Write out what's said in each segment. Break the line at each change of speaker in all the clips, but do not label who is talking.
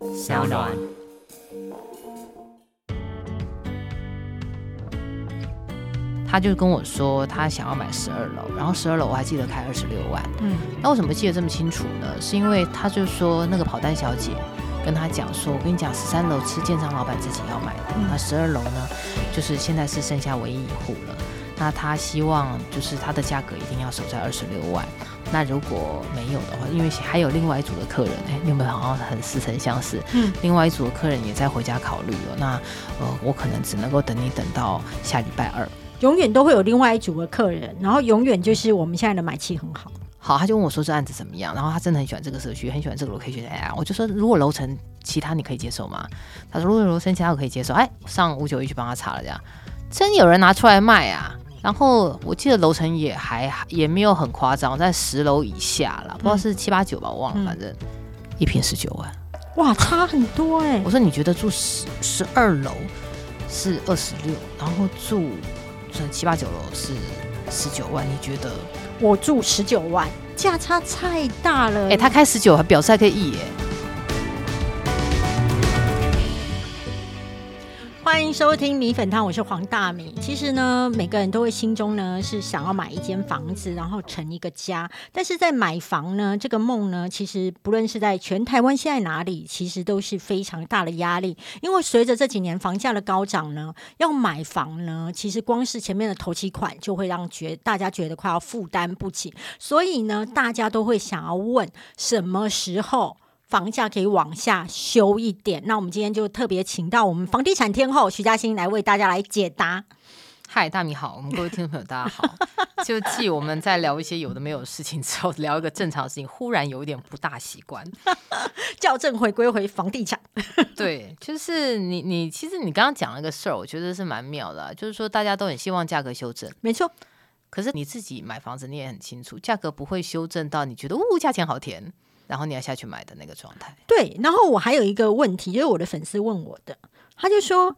sound on
他就跟我说他想要买十二楼，然后十二楼我还记得开二十六万。
嗯，
那为什么记得这么清楚呢？是因为他就说那个跑单小姐跟他讲说，我跟你讲，十三楼是建商老板自己要买的，
嗯
那十二楼呢，就是现在是剩下唯一一户了。那他希望就是他的价格一定要守在二十六万。那如果没有的话，因为还有另外一组的客人，哎，你们好像很似曾相识。
嗯，
另外一组的客人也在回家考虑了。那呃，我可能只能够等你等到下礼拜二。
永远都会有另外一组的客人，然后永远就是我们现在的买气很好。
好，他就问我说这案子怎么样，然后他真的很喜欢这个社区，很喜欢这个 location 哎呀，我就说如果楼层其他你可以接受吗？他说如果楼层其他我可以接受，哎，上五九一去帮他查了这样，真有人拿出来卖啊。然后我记得楼层也还也没有很夸张，在十楼以下啦，不知道是七八九吧，我忘了，
嗯
反正一平十九万。
哇，差很多哎、
我说你觉得住十十二楼是二十六，然后住七八九楼是十九万，你觉得？
我住十九万，价差太大了。
哎、他开十九还表示还可以议耶、
欢迎收听米粉汤，我是黄大米。其实呢，每个人都会心中呢是想要买一间房子，然后成一个家。但是在买房呢这个梦呢，其实不论是在全台湾现在哪里，其实都是非常大的压力。因为随着这几年房价的高涨呢，要买房呢，其实光是前面的头期款就会让觉大家觉得快要负担不起，所以呢，大家都会想要问什么时候。房价可以往下修一点，那我们今天就特别请到我们房地产天后徐嘉欣来为大家来解答。
嗨，大米好，我们各位听众朋友大家好。就继我们在聊一些有的没有的事情之后，聊一个正常的事情，忽然有一点不大习惯。
校正回归回房地产，
对，就是你你其实你刚刚讲了一个事儿，我觉得是蛮妙的啊、就是说大家都很希望价格修正，
没错，
可是你自己买房子你也很清楚，价格不会修正到你觉得呜价钱好甜，然后你要下去买的那个状态。
对。然后我还有一个问题，就是我的粉丝问我的，他就说：“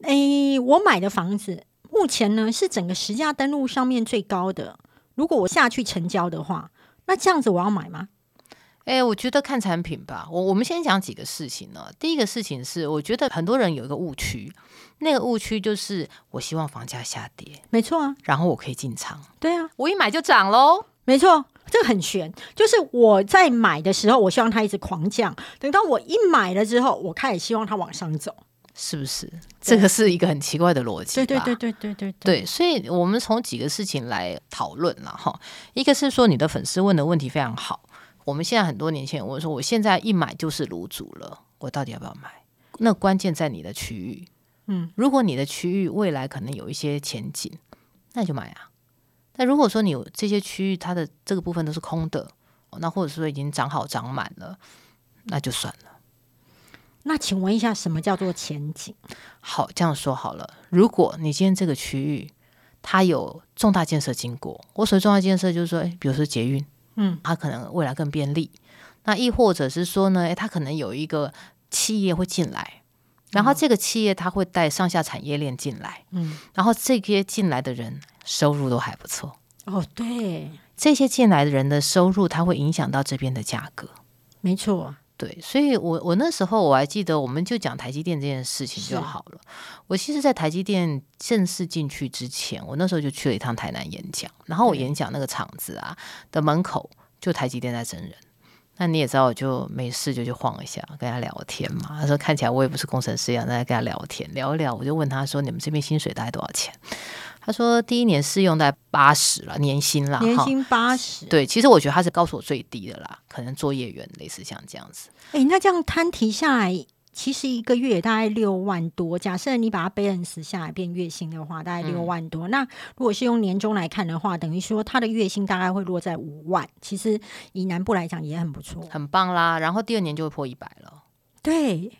诶，我买的房子目前呢是整个实价登录上面最高的，如果我下去成交的话，那这样子我要买吗
哎、我觉得看产品吧。我我们先讲几个事情呢、第一个事情是，我觉得很多人有一个误区，那个误区就是我希望房价下跌，？”
没错啊，
然后我可以进场。
对啊，
我一买就涨喽。
没错，这个很悬。就是我在买的时候，我希望它一直狂降；等到我一买了之后，我开始希望它往上走。
是不是？这个是一个很奇怪的逻辑
对
吧。
对对对对对对，
对，所以我们从几个事情来讨论了哈。一个是说你的粉丝问的问题非常好，我们现在很多年轻人问说，我现在一买就是卤煮了，我到底要不要买？那关键在你的区域，
嗯，
如果你的区域未来可能有一些前景，那你就买啊。那如果说你有这些区域它的这个部分都是空的，哦那或者说已经涨好涨满了，那就算了。
那请问一下，什么叫做前景？
好，这样说好了，如果你今天这个区域它有重大建设经过，我所谓重大建设就是说，哎诶比如说捷运，
嗯，
它可能未来更便利。那亦或者是说呢，诶哎它可能有一个企业会进来，然后这个企业它会带上下产业链进来，
嗯，
然后这些进来的人收入都还不错，
哦，对，
这些进来的人的收入，它会影响到这边的价格。
没错，
对，所以我我那时候我还记得，我们就讲台积电这件事情
是
就好了。我其实，在台积电正式进去之前，我那时候就去了一趟台南演讲，然后我
对
演讲那个场子啊的门口就台积电在整人。那你也知道，我就没事就去晃一下，跟他聊天嘛。他说看起来我也不是工程师一样，在跟他聊天聊一聊，我就问他说你们这边薪水大概多少钱？他说第一年试用大概八十了，年薪啦，
年
哈
薪八十。
对，其实我觉得他是告诉我最低的啦，可能作业员类似像这样子。
哎，那这样摊提下来，其实一个月也大概六万多。假设你把它 balance 下来变月薪的话，大概六万多。那如果是用年终来看的话，等于说他的月薪大概会落在五万。其实以南部来讲也很不错。
很棒啦。然后第二年就会破一百了，
对，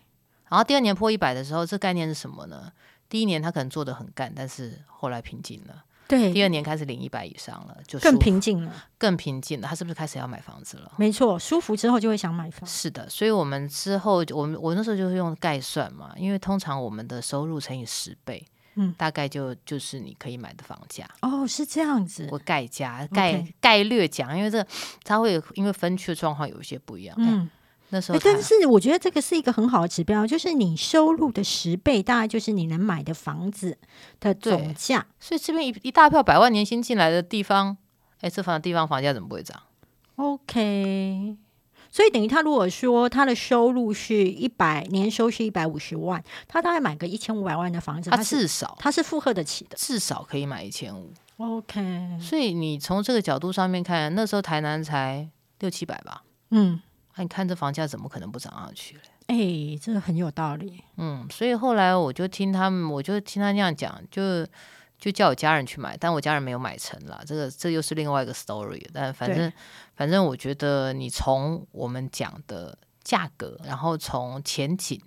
然后第二年破一百的时候，这概念是什么呢？第一年他可能做的很干，但是后来平静了。
对，
第二年开始领一百以上了，就
更哦
舒服
平静了，
更平静了。他是不是开始要买房子了？
没错，舒服之后就会想买房。
是的，所以我们之后，我们我那时候就是用概算嘛，因为通常我们的收入乘以十倍，
嗯
大概就就是你可以买的房价。
哦，是这样子
我，概价概
OK
概略讲，因为这它会有因为分区的状况有一些不一样。嗯，
嗯，
那时
哎
候
但
它
是我觉得这个是一个很好的指标，就是你收入的十倍，大概就是你能买的房子的总
对
价。
所以这边一一大票百万年薪进来的地方，哎，这房地方房价怎么不会涨？
OK，所以等于他如果说他的收入是一百，年收是一百五十万，他大概买个一千五百万的房子，
它
他啊是
啊至少
他是负荷得起的。
至少可以买一千五。
OK，
所以你从这个角度上面看，那时候台南才六七百吧？
嗯，
那、你看这房价怎么可能不涨上去嘞？
哎、这很有道理。
嗯，所以后来我就听他们，我就听他那样讲，就就叫我家人去买，但我家人没有买成啦。这个这又是另外一个 story。但反
对
正反正我觉得你从我们讲的价格，然后从前景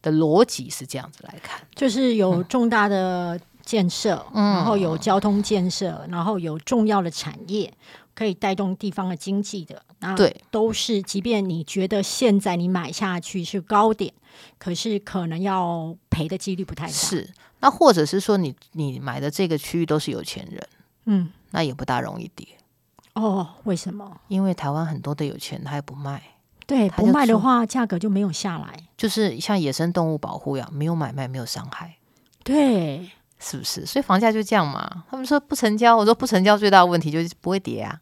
的逻辑是这样子来看。
就是有重大的建设，
嗯
然后有交通建设，然后有重要的产业可以带动地方的经济的。那
对，
都是，即便你觉得现在你买下去是高点，可是可能要赔的几率不太大。，
是。那或者是说你你买的这个区域都是有钱人，
嗯，
那也不大容易跌，
哦，为什么？
因为台湾很多的有钱人他也不卖。
对，
它
不
就
卖的
出
话，价格就没有下来。
就是像野生动物保护一样，没有买卖，没有伤害。
对，
是不是？所以房价就这样嘛。他们说不成交，我说不成交最大的问题就是不会跌啊。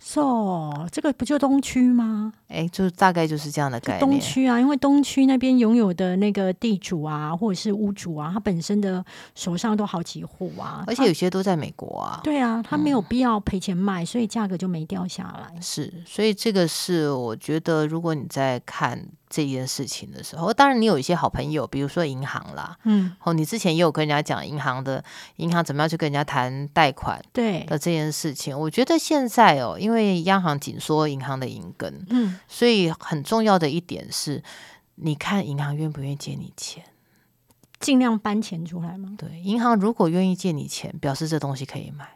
so 这个不就东区吗？
哎，就大概就是这样的
就
概
东
念。
区啊，因为东区那边拥有的那个地主啊，或者是屋主啊，他本身的手上都好几户啊，
而
他
且有些都在美国啊。
对啊，他没有必要赔钱卖，所以价格就没掉下来。
是，所以这个是我觉得，如果你在看这件事情的时候，当然你有一些好朋友，比如说银行啦，
嗯，
哦，你之前也有跟人家讲银行的银行怎么样去跟人家谈贷款
对，
的这件事情。我觉得现在哦，因为央行紧缩银行的银根，
嗯，
所以很重要的一点是，你看银行愿不愿意借你钱。
尽量搬钱出来嘛。
对，银行如果愿意借你钱，表示这东西可以买。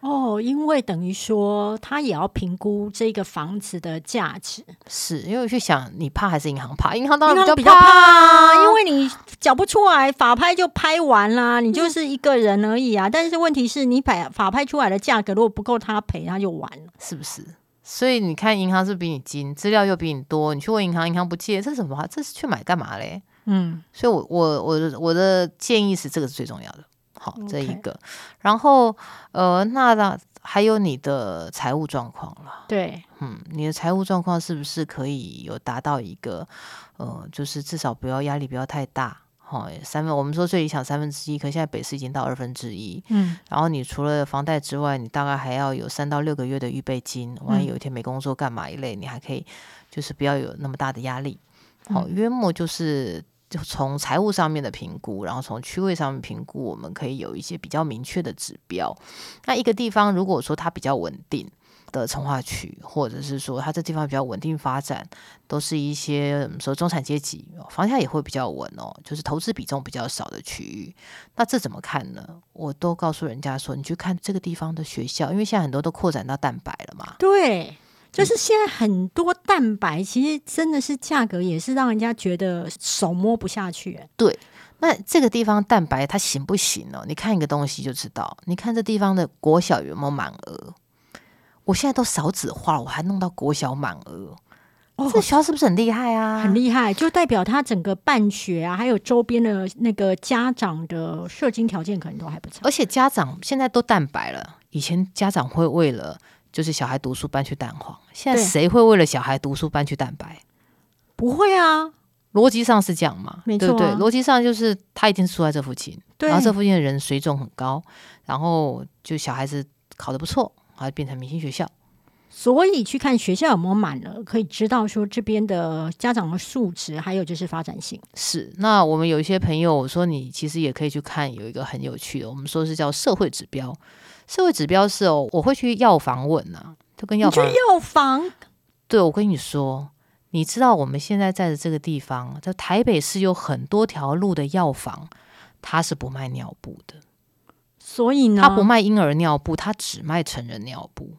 哦，因为等于说他也要评估这个房子的价值，
是因为我去想，你怕还是银行怕？银行当
银
然
行
比
比
较
较怕
怕
啊，因为你缴不出来，法拍就拍完啦，你
嗯
就是一个人而已啊。但是问题是你把法拍出来的价格如果不够他赔，他就完了。
是不是？所以你看，银行是比你精，资料又比你多，你去问银行，银行不借，这是什么啊？这是去买干嘛嘞？
嗯，
所以我，我我的我的建议是，这个是最重要的。好，这一
OK
个。然后，呃，那那还有你的财务状况了。
对，
嗯，你的财务状况是不是可以有达到一个，呃，就是至少不要压力不要太大。好、三分我们说最理想三分之一，可现在北市已经到二分之一。
嗯，
然后你除了房贷之外，你大概还要有三到六个月的预备金，万一
嗯
有一天没工作干嘛一类，你还可以就是不要有那么大的压力。好、约莫就是就从财务上面的评估，然后从区位上面评估，我们可以有一些比较明确的指标。那一个地方如果说它比较稳定。的从化区，或者是说它这地方比较稳定发展，都是一些我们说中产阶级哦房价也会比较稳哦，就是投资比重比较少的区域。那这怎么看呢？我都告诉人家说，你去看这个地方的学校，因为现在很多都扩展到蛋白了嘛。
对，
嗯
就是现在很多蛋白其实真的是价格也是让人家觉得手摸不下去、欸
那这个地方蛋白它行不行呢、你看一个东西就知道，你看这地方的国小有没有满额？我现在都少子化了，我还弄到国小满额，
哦
这。学校是不是很厉害啊？
很厉害，就代表他整个办学啊，还有周边的那个家长的社经条件可能都还不差。
而且家长现在都蛋白了，以前家长会为了就是小孩读书搬去蛋黄，现在
对
谁会为了小孩读书搬去蛋白？
不会啊，
逻辑上是这样嘛，
没
对不
错
对？
啊
逻辑上就是他一定是住在这附近，
对
然后这附近的人水准很高，然后就小孩子考得不错，然后变成明星学校。
所以去看学校有没有满了，可以知道说这边的家长的素质，还有就是发展性。
是，那我们有一些朋友，我说你其实也可以去看，有一个很有趣的，我们说是叫社会指标。社会指标是哦，我会去药房问啊，就跟
你
药
去
房
药房
对，我跟你说，你知道我们现在在的这个地方，在台北市有很多条路的药房，它是不卖尿布的，
所以呢，
它不卖婴儿尿布，它只卖成人尿布。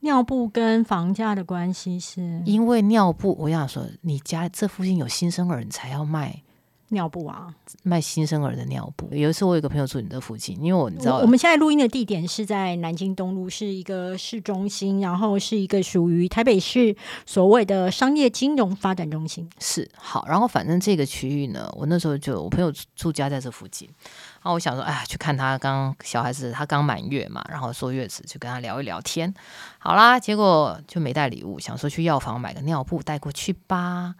尿布跟房价的关系是
因为尿布，我想说，你家这附近有新生儿，你才要卖
尿布啊。
卖新生儿的尿布。有一次，我有个朋友住你这附近，因为我你知道
嗯我我们现在录音的地点是在南京东路，是一个市中心，然后是一个属于台北市所谓的商业金融发展中心。
是好，然后反正这个区域呢，我那时候就我朋友住住家在这附近，然后我想说，哎，去看他刚小孩子他刚满月嘛，然后坐月子去跟他聊一聊天，好啦，结果就没带礼物，想说去药房买个尿布带过去吧。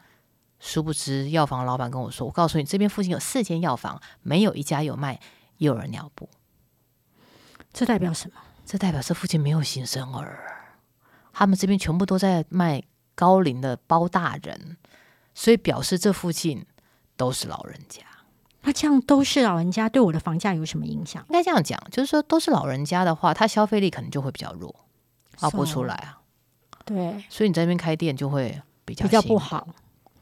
殊不知药房老板跟我说，我告诉你，这边附近有四间药房，没有一家有卖幼儿尿布，
这代表什么？
这代表这附近没有新生儿，他们这边全部都在卖高龄的包大人，所以表示这附近都是老人家。
那这样都是老人家对我的房价有什么影响？
应该这样讲，就是说都是老人家的话，他消费力可能就会比较弱，发不出来啊，
对，
所以你在那边开店就会比较
比较
辛
不
苦。
好，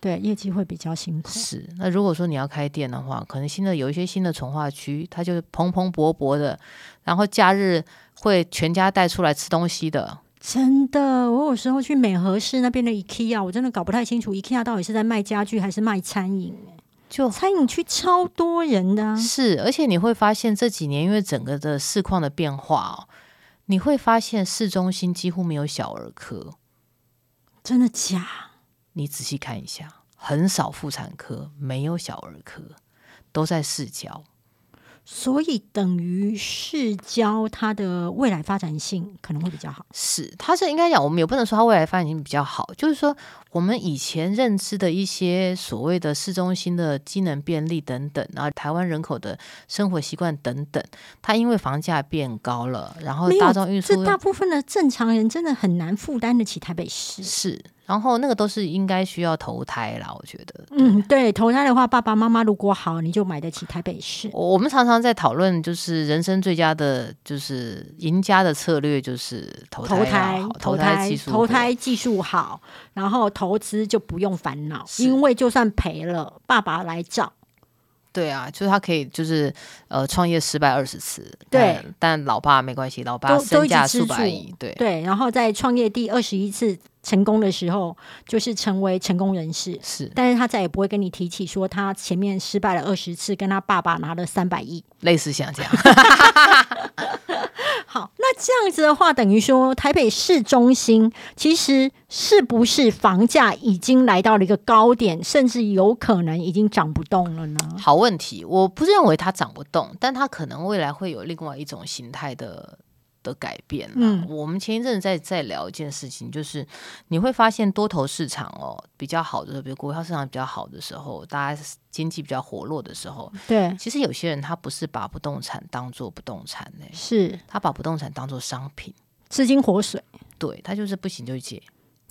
对，业绩会比较辛苦。
是，那如果说你要开店的话，可能新的有一些新的从化区，它就是蓬蓬勃勃的，然后假日会全家带出来吃东西的，
真的，我有时候去美和市那边的 IKEA，我真的搞不太清楚 IKEA 到底是在卖家具还是卖餐饮、欸
就
餐饮区超多人的、啊，
是，而且你会发现这几年因为整个的市况的变化哦，你会发现市中心几乎没有小儿科。
真的假？
你仔细看一下，很少妇产科，没有小儿科，都在市郊。
所以等于市郊它的未来发展性可能会比较好。
是，它是应该讲，我们也不能说它未来发展性比较好，就是说我们以前认知的一些所谓的市中心的机能便利等等，然后台湾人口的生活习惯等等，它因为房价变高了，然后
没有
哦大众运输
这大部分的正常人真的很难负担得起台北市。
是，然后那个都是应该需要投胎啦，我觉得。
嗯，对，投胎的话，爸爸妈妈如果好，你就买得起台北市。
我我们常常在讨论，就是人生最佳的，就是赢家的策略，就是投
投
胎
胎
要好，，
投
胎
胎
技，术，
投胎技术好，然后投资就不用烦恼，
是
因为就算赔了，爸爸来找。
对啊，就是他可以就是呃创业失败二十次，
对
但，但老爸没关系，老爸
都都
身
一直
价
吃
数百
住
亿，对，
对，然后在创业第二十一次成功的时候，就是成为成功人士。
是
但是他再也不会跟你提起说他前面失败了二十次，跟他爸爸拿了三百亿。
类似像这样，
好，那这样子的话，等于说台北市中心其实是不是房价已经来到了一个高点，甚至有可能已经涨不动了呢？
好问题，我不认为它涨不动，但它可能未来会有另外一种形态的的改变啦。
嗯
我们前一阵子在在聊一件事情，就是你会发现多头市场哦比较好的时候，比如股票市场比较好的时候，大家经济比较活络的时候，
对，
其实有些人他不是把不动产当做不动产呢、
是
他把不动产当做商品，
资金活水。
对他就是不行就借，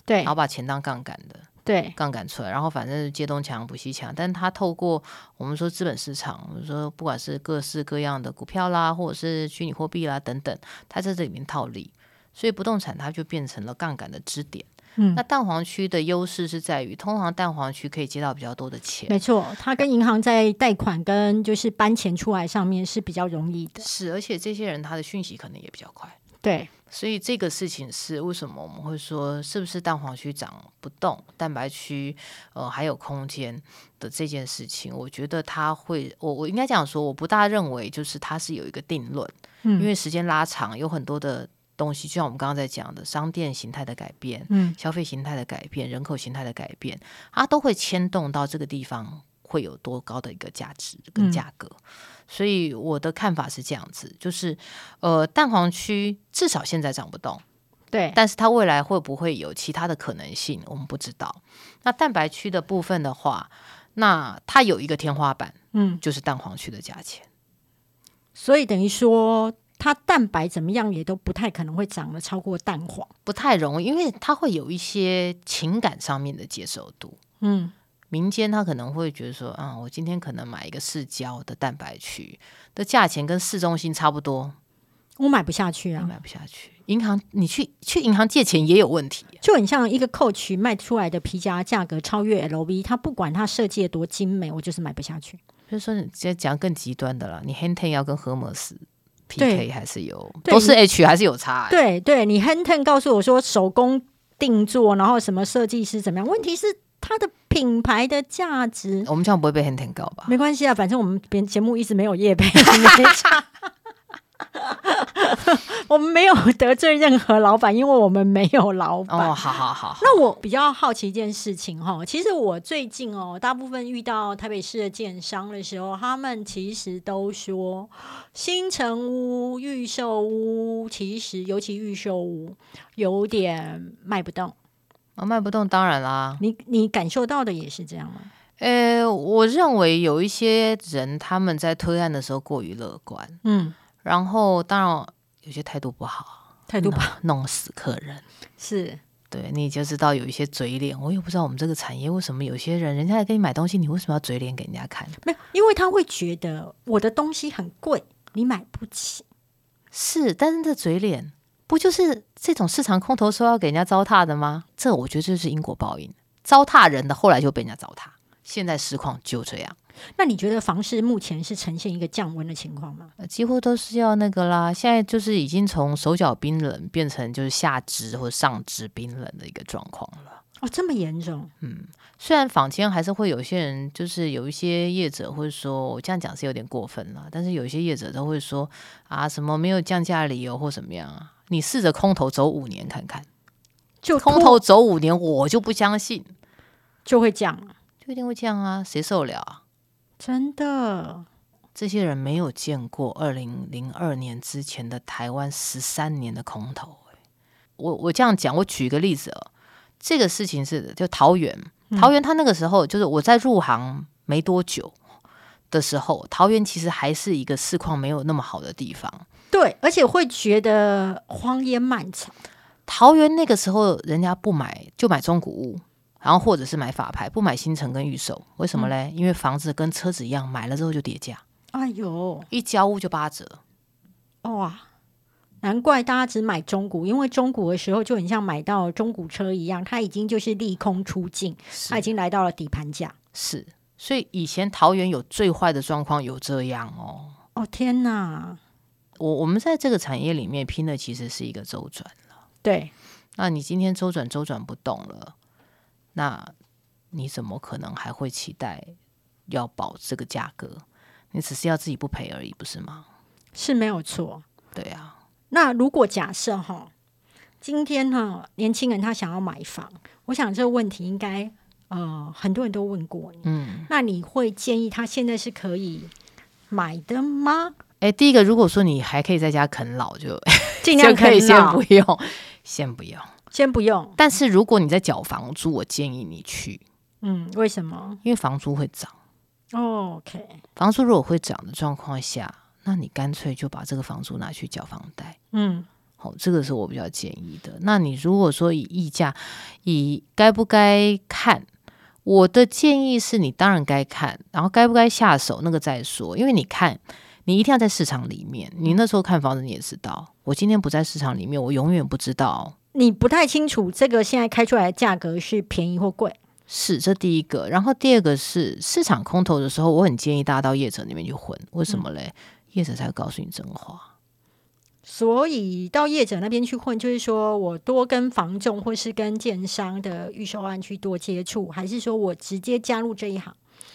对
然后把钱当杠杆的。
对，
杠杆出来，然后反正借东墙补西墙，但他透过我们说资本市场，我们说不管是各式各样的股票啦，或者是虚拟货币啦等等，他在这里面套利，所以不动产它就变成了杠杆的支点。
嗯
那，蛋黄区的优势是在于，通常蛋黄区可以接到比较多的钱，
没错，他跟银行在贷款跟就是搬钱出来上面是比较容易的。
是，而且这些人他的讯息可能也比较快。
对，
所以这个事情是为什么我们会说是不是蛋黄区涨不动，蛋白区呃还有空间的这件事情，我觉得它会，我我应该讲说，我不大认为就是它是有一个定论，
嗯
因为时间拉长有很多的东西，就像我们刚刚在讲的商店形态的改变、
嗯，
消费形态的改变、人口形态的改变，它都会牵动到这个地方会有多高的一个价值跟
嗯
价格。所以我的看法是这样子，就是呃，蛋黄区至少现在涨不动，
对，
但是它未来会不会有其他的可能性，我们不知道。那蛋白区的部分的话，那它有一个天花板，
嗯，
就是蛋黄区的价钱。
所以等于说它蛋白怎么样也都不太可能会涨得超过蛋黄。
不太容易，因为它会有一些情感上面的接受度。
嗯，
民间他可能会觉得说，啊、我今天可能买一个市郊的蛋白区的价钱跟市中心差不多，
我买不下去啊。
嗯买不下去，银行你去去银行借钱也有问题。
就很像一个 Coach 卖出来的皮夹价格超越 LV，它不管它设计的多精美，我就是买不下去。
所以说，你直接讲更极端的啦，你 h a n t e n 要跟 Hermes
对
PK 还是有，
对
都是 H 还是有差、欸。
对对，你 Hinton 告诉我说手工定做，然后什么设计师怎么样？问题是它的品牌的价值。
我们这样不会被 h a n t e n 告吧？
没关系啊，反正我们别节目一直没有业配， 没差。我们没有得罪任何老板，因为我们没有老板。
哦，好好好好，
那我比较好奇一件事情哈，其实我最近哦，大部分遇到台北市的建商的时候，他们其实都说新城屋、预售屋，其实尤其预售屋有点卖不动。
啊卖不动当然啦。
你你感受到的也是这样吗？
呃，我认为有一些人他们在推案的时候过于乐观，
嗯，
然后当然有些态度不好，
态度吧，
弄弄死客人。
嗯是
对你就知道有一些嘴脸，我也不知道我们这个产业为什么有些人人家来给你买东西，你为什么要嘴脸给人家看？
没有，因为他会觉得我的东西很贵，你买不起。
是，但是这嘴脸不就是这种市场空头说要给人家糟蹋的吗？这我觉得就是因果报应，糟蹋人的后来就被人家糟蹋，现在实况就这样，
那你觉得房市目前是呈现一个降温的情况吗？
呃几乎都是要那个啦。现在就是已经从手脚冰冷变成就是下肢或上肢冰冷的一个状况了。
哦，这么严重？
虽然坊间还是会有些人，就是有一些业者会说，我这样讲是有点过分了，但是有一些业者都会说啊，什么没有降价理由或怎么样啊，你试着空头走五年看看，
就
空
突
头走五年，我就不相信，
就会降了，
就一定会这样啊，谁受得了啊？
真的。
这些人没有见过二零零二年之前的台湾十三年的空头、欸我我这样讲，我举一个例子哦，这个事情是就桃园，桃园它那个时候就是我在入行没多久的时候，桃园其实还是一个市况没有那么好的地方。
对，而且会觉得荒烟漫草。
桃园那个时候，人家不买就买中古屋，然后或者是买法拍，不买新城跟预售，为什么嘞？因为房子跟车子一样，买了之后就跌价，
哎呦，
一交屋就八折。
哇！难怪大家只买中古，因为中古的时候就很像买到中古车一样，它已经就是利空出尽，
是
它已经来到了底盘价。
是，所以以前桃园有最坏的状况有这样哦。
哦天哪！
我我们在这个产业里面拼的其实是一个周转，
对，
那你今天周转周转不动了，那你怎么可能还会期待要保这个价格？你只是要自己不赔而已，不是吗？
是没有错。
对啊，
那如果假设哈，今天哈年轻人他想要买房，我想这个问题应该呃很多人都问过你。
嗯，
那你会建议他现在是可以买的吗？
诶，第一个，如果说你还可以在家啃老就，
尽
就
量
可以
啃
先
老
不用，先不用。
先不用。
但是如果你在缴房租，我建议你去，
嗯，为什么、
因为房租会涨。
o k
房租如果会涨的状况下，那你干脆就把这个房租拿去缴房贷。
嗯，
好、这个是我比较建议的。那你如果说以溢价，以该不该看，我的建议是你当然该看，然后该不该下手那个再说，因为你看。你一定要在市场里面。你那时候看房子，你也知道。我今天不在市场里面，我永远不知道
你不太清楚这个现在开出来的价格是便宜或贵。
是这第一个，然后第二个是市场空头的时候，我很建议大家到业者那边去混，为什么嘞？业者才会告诉你真话。
所以到业者那边去混，就是说我多跟房仲或是跟建商的预售案去多接触，还是说我直接加入这一行？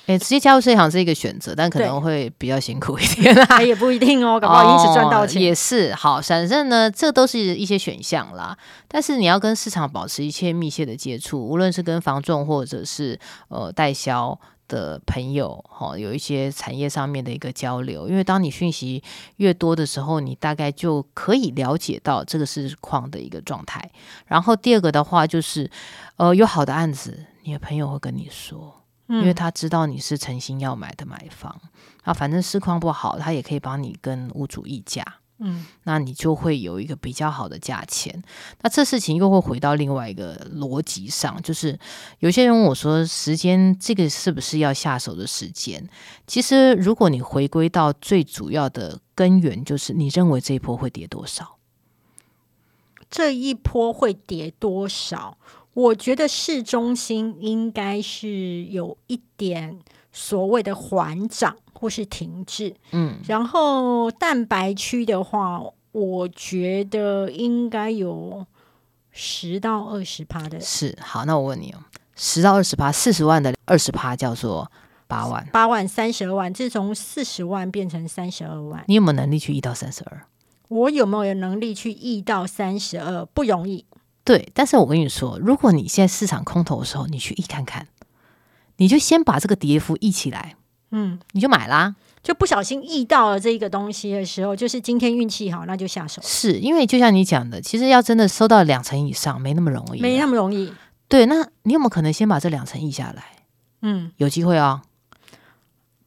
诶，直接加入这一行是一个选择，但可
对
能会比较辛苦一点啦。
哎，也不一定哦，搞不好因此赚
啊
到
哦
钱。
也是好。反正呢，这都是一些选项啦。但是你要跟市场保持一切密切的接触，无论是跟房仲或者是呃代销的朋友，哈、有一些产业上面的一个交流。因为当你讯息越多的时候，你大概就可以了解到这个市况的一个状态。然后第二个的话就是，呃，有好的案子，你的朋友会跟你说。因为
嗯，
他知道你是诚心要买的买房，那反正市况不好，他也可以帮你跟屋主议价，
嗯，
那你就会有一个比较好的价钱。那这事情又会回到另外一个逻辑上，就是有些人问我说，时间这个是不是要下手的时间？其实如果你回归到最主要的根源，就是你认为这一波会跌多少。
这一波会跌多少？我觉得市中心应该是有一点所谓的缓涨或是停滞，
嗯，
然后蛋白区的话，我觉得应该有十到二十趴的
是好。那我问你哦，十到二十趴，四十万的二十趴叫做八万，
八万、三十二万，这从四十万变成三十二万，
你有没有能力去一到三十二？
我有没有能力去溢到三十二？不容易。
对，但是我跟你说，如果你现在市场空头的时候，你去一看看，你就先把这个跌幅一起来，
嗯，
你就买啦。
就不小心溢到了这个东西的时候，就是今天运气好，那就下手，
是因为就像你讲的，其实要真的收到两成以上，没那么容易啊。
没那么容易。
对，那你有没有可能先把这两成议下来？
嗯，
有机会哦。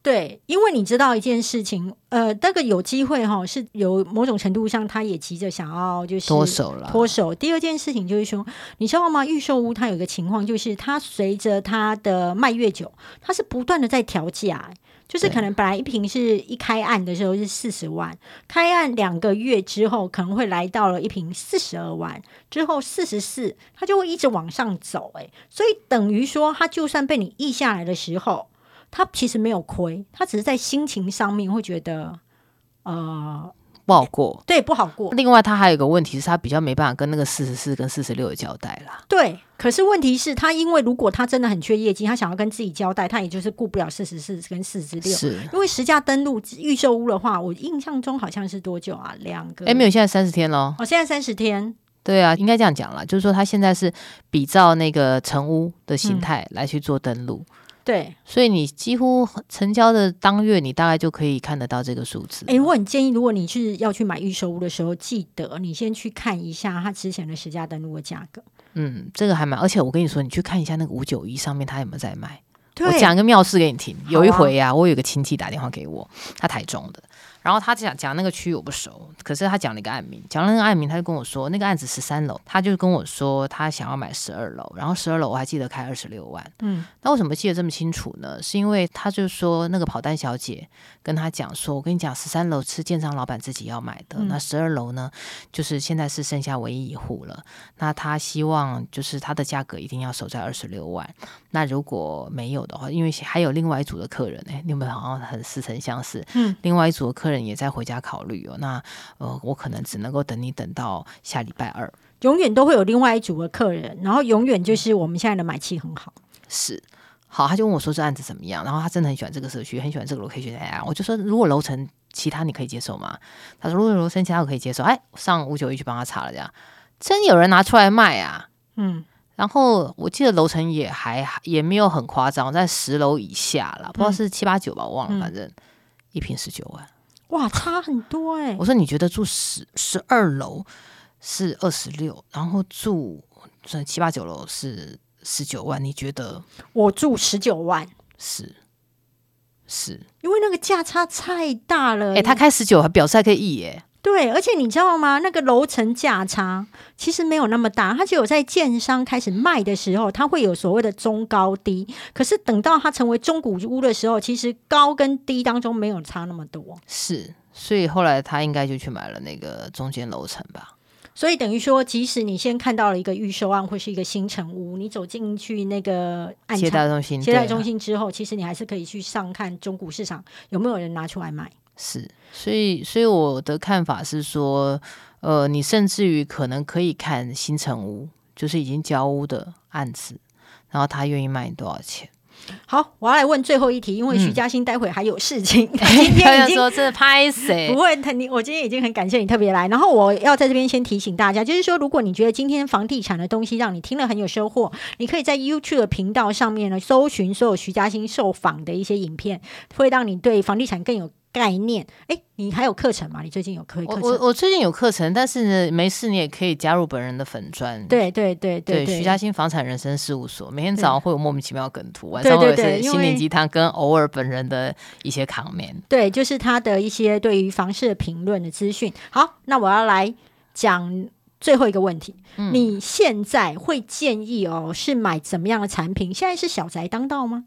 对，因为你知道一件事情，呃，那个有机会哈、是有某种程度上，他也急着想要就是
脱手了，
脱手。第二件事情就是说，你知道吗？预售屋它有一个情况，就是它随着它的卖越久，它是不断的在调价。就是
对
可能本来一瓶是一开案的时候是四十万，开案两个月之后可能会来到了一瓶四十二万，之后四十四，它就会一直往上走、欸。所以等于说，它就算被你议下来的时候，它其实没有亏，它只是在心情上面会觉得，呃，
不好过。
对，不好过。
另外，他还有一个问题是，他比较没办法跟那个四十四跟四十六的交代啦。
对，可是问题是，他因为如果他真的很缺业绩，他想要跟自己交代，他也就是顾不了四十四跟四十六。
是，
因为实价登录预售屋的话，我印象中好像是多久啊？两个？
哎，没有，现在三十天喽。
哦，现在三十天。
对啊，应该这样讲啦，就是说他现在是比照那个成屋的
嗯
形态来去做登录，
对，
所以你几乎成交的当月，你大概就可以看得到这个数字。
哎，我很建议，如果你是要去买预售屋的时候，记得你先去看一下它之前的实价登录的价格。
嗯，这个还蛮，而且我跟你说，你去看一下那个五九一上面他有没有在卖。
对
我，讲个妙事给你听。
好
有一
啊
回呀、我有一个亲戚打电话给我，他台中的，然后他讲讲那个区域我不熟，可是他讲了一个案名，讲了那个案名，他就跟我说那个案子十三楼，他就跟我说他想要买十二楼，然后十二楼我还记得开二十六万。
嗯，
那为什么记得这么清楚呢？是因为他就说那个跑单小姐跟他讲说，我跟你讲，十三楼是建商老板自己要买的，
嗯
那十二楼呢，就是现在是剩下唯一一户了。那他希望就是他的价格一定要守在二十六万。那如果没有的话，因为还有另外一组的客人，哎，你们好像很似曾相识。
嗯，
另外一组的客人也在回家考虑哦。那呃，我可能只能够等你等到下礼拜二。
永远都会有另外一组的客人，然后永远就是我们现在的买气很好。
是。好，他就问我说这案子怎么样，然后他真的很喜欢这个社区，很喜欢这个 location 哎呀，我就说如果楼层其他你可以接受吗？他说如果楼层其他我可以接受，哎，上五九一去帮他查了，这样真有人拿出来卖啊。
嗯，
然后我记得楼层也还也没有很夸张，在十楼以下啦，不知道是七八九吧，我忘
嗯
了，反正、一瓶十九万。
哇，差很多哎、
我说你觉得住十十二楼是二十六，然后住这七八九楼是十九万，你觉得
我住十九万。
是是？
因为那个价差太大了。
哎、他开十九，还表示还可以议耶。
对，而且你知道吗？那个楼层价差其实没有那么大，它只有在建商开始卖的时候，它会有所谓的中高低。可是等到它成为中古屋的时候，其实高跟低当中没有差那么多。
是，所以后来他应该就去买了那个中间楼层吧。
所以等于说，即使你先看到了一个预售案或是一个新城屋，你走进去那个暗
接
场
待中心，
接待
对啊
中心之后，其实你还是可以去上看中古市场有没有人拿出来买。
是，所以，所以我的看法是说，呃，你甚至于可能可以看新城屋，就是已经交屋的案子，然后他愿意卖你多少钱？
好，我要来问最后一题，因为徐
嗯
嘉欣待会还有 事情，她今天已
想
经
说，真的拍谁
不？会，他你我今天已经很感谢你特别来，然后我要在这边先提醒大家，就是说，如果你觉得今天房地产的东西让你听了很有收获，你可以在 YouTube 的频道上面呢搜寻所有徐嘉欣受访的一些影片，会让你对房地产更有概念。诶，你还有课程吗？你最近有课
我
课
我
程？
我最近有课程，但是呢，没事你也可以加入本人的粉专。
对对对
对
对，
徐嘉欣房产人生事务所，每天早上会有莫名其妙的梗图，晚
对
上会有一
对对
些
因
心
为
灵鸡汤，跟偶尔本人的一些 comment。
对，就是他的一些对于房市的评论的资讯。好，那我要来讲最后一个问题，
嗯
你现在会建议哦是买怎么样的产品？现在是小宅当道吗？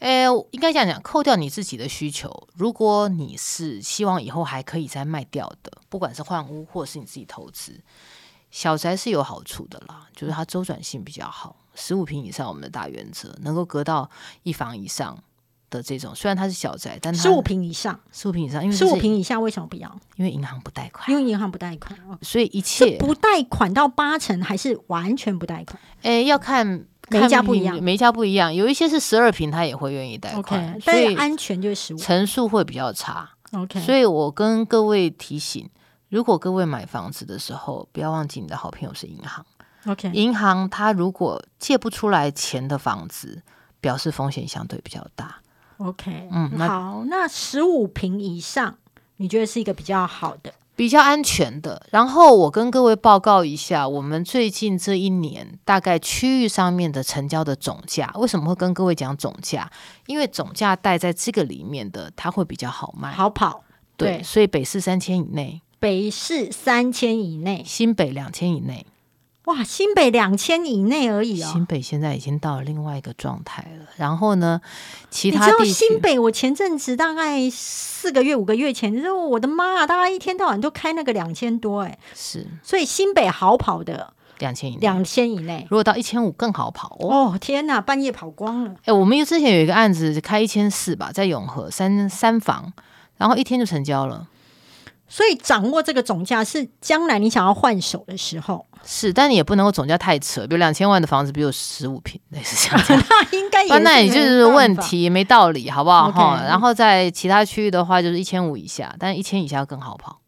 诶，应该这样讲，扣掉你自己的需求，如果你是希望以后还可以再卖掉的，不管是换屋或是你自己投资，小宅是有好处的啦，就是它周转性比较好。十五平以上，我们的大原则能够隔到一房以上的这种，虽然它是小宅，但它
十五平以上，
十五平以上，因为
十
这嗯
五
是
平以下为什么不要？
因为银行不贷款，
因为银行不贷款，哦
所以一
是
切
不贷款到八成，还是完全不贷款？
诶哎要看
每一
看
家不一样
每一家不一样，有一些是十二平，他也会愿意贷
OK，
款，所
但
以
是安全就是十五。
层数会比较差。
OK，
所以我跟各位提醒，如果各位买房子的时候，不要忘记你的好朋友是银行。
OK，
银行它如果借不出来钱的房子，表示风险相对比较大。
OK，
嗯那
好，那十五平以上，你觉得是一个比较好的？
比较安全的。然后我跟各位报告一下，我们最近这一年大概区域上面的成交的总价，为什么会跟各位讲总价？因为总价带在这个里面的，它会比较好卖。
好跑，
对，
对
所以北市三千以内，
北市三千以内，
新北两千以内，
哇，新北两千以内而已
新
哦。
北现在已经到了另外一个状态了。然后呢，其
你知
他
道
地区
新北，我前阵子大概四个月、五个月前，就是我的妈啊，大概一天到晚都开那个两千多哎、
是
所以新北好跑的
两千以内，
两千以内。
如果到一千五更好跑嗯哦。
哦天哪，半夜跑光了。
哎、我们之前有一个案子开一千四吧，在永和三三房，然后一天就成交了。
所以掌握这个总价是将来你想要换手的时 候，
是，但你也不能够总价太扯，比如两千万的房子，比如十五平，类似 这样。
那应哎该也
那那也就是
没办法
问。题，没道理，好不好？
OK
哈、然后在其他区域的话，就是一千五以下，但一千以下更好跑。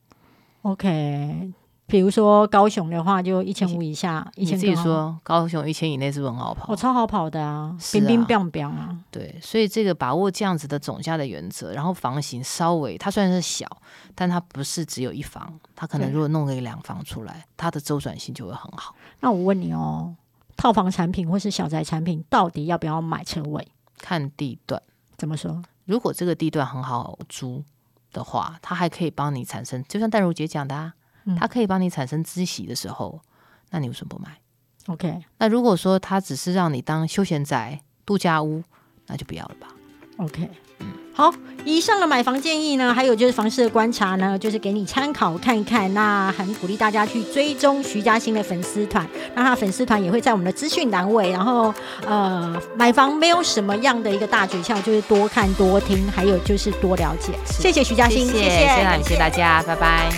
OK，比如说高雄的话，就一千五以下，一
你
千
自己，说，高雄一千以内是不是很好跑？
我超好跑的啊，
是啊
冰冰冰冰啊。
对，所以这个把握这样子的总价的原则，然后房型稍微它虽然是小，但它不是只有一房，它可能
对
如果弄个一两房出来，它的周转性就会很好。
那我问你哦，套房产品或是小宅产品，到底要不要买车位？
看地段，
怎么说？
如果这个地段很好租的话，它还可以帮你产生，就像淡如姐讲的、啊
嗯，
它可以帮你产生孳息的时候，那你为什么不买？
OK
那如果说它只是让你当休闲宅、度假屋，那就不要了吧。
OK，好，以上的买房建议呢，还有就是房市的观察呢，就是给你参考看一看。那很鼓励大家去追踪徐嘉欣的粉丝团，那他的粉丝团也会在我们的资讯栏位。然后呃，买房没有什么样的一个大诀窍，就是多看多听，还有就是多了解。谢谢徐嘉欣，
谢谢谢谢大家，拜拜。